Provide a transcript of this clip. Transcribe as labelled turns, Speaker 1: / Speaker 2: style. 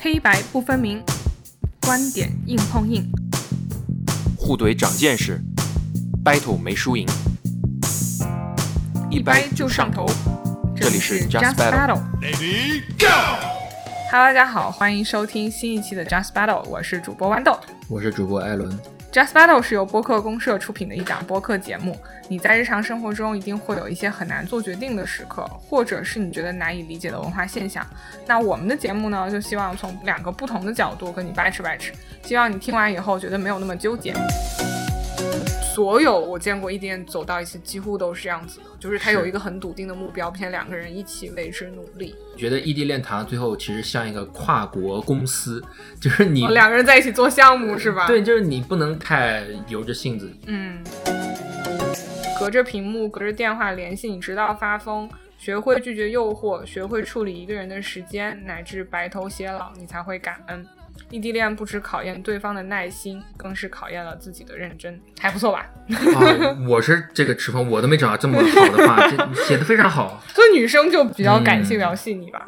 Speaker 1: 黑白不分明，观点硬碰硬，
Speaker 2: 互怼长见识，battle 没输赢，一掰
Speaker 1: 掰就上头。
Speaker 2: 这里是 Just Battle
Speaker 3: Lady Go！
Speaker 1: Hello，大家好，欢迎收听新一期的 Just Battle，我是主播豌豆。
Speaker 2: 我是主播艾伦，
Speaker 1: Just Battle 是由播客公社出品的一档播客节目。你在日常生活中一定会有一些很难做决定的时刻，或者是你觉得难以理解的文化现象。那我们的节目呢，就希望从两个不同的角度跟你掰扯掰扯，希望你听完以后觉得没有那么纠结。所有我见过一点走到一起，几乎都是这样子的，就是他
Speaker 4: 是
Speaker 1: 有一个很笃定的目标，并且两个人一起为之努力。
Speaker 4: 觉得异地恋谈最后其实像一个跨国公司， 就是你、
Speaker 1: 哦两个人在一起做项目是吧？，
Speaker 4: 对，就是你不能太由着性 子。
Speaker 1: 嗯，隔着屏幕，隔着电话联系你，直到发疯。学会拒绝诱惑，学会处理一个人的时间，乃至白头偕老，你才会感恩。异地恋不只考验对方的耐心，更是考验了自己的认真，还不错吧？
Speaker 4: 啊，我是这个池峰，我都没找到这么好的话，这写的非常好。
Speaker 1: 所以女生就比较感性，比较细腻吧。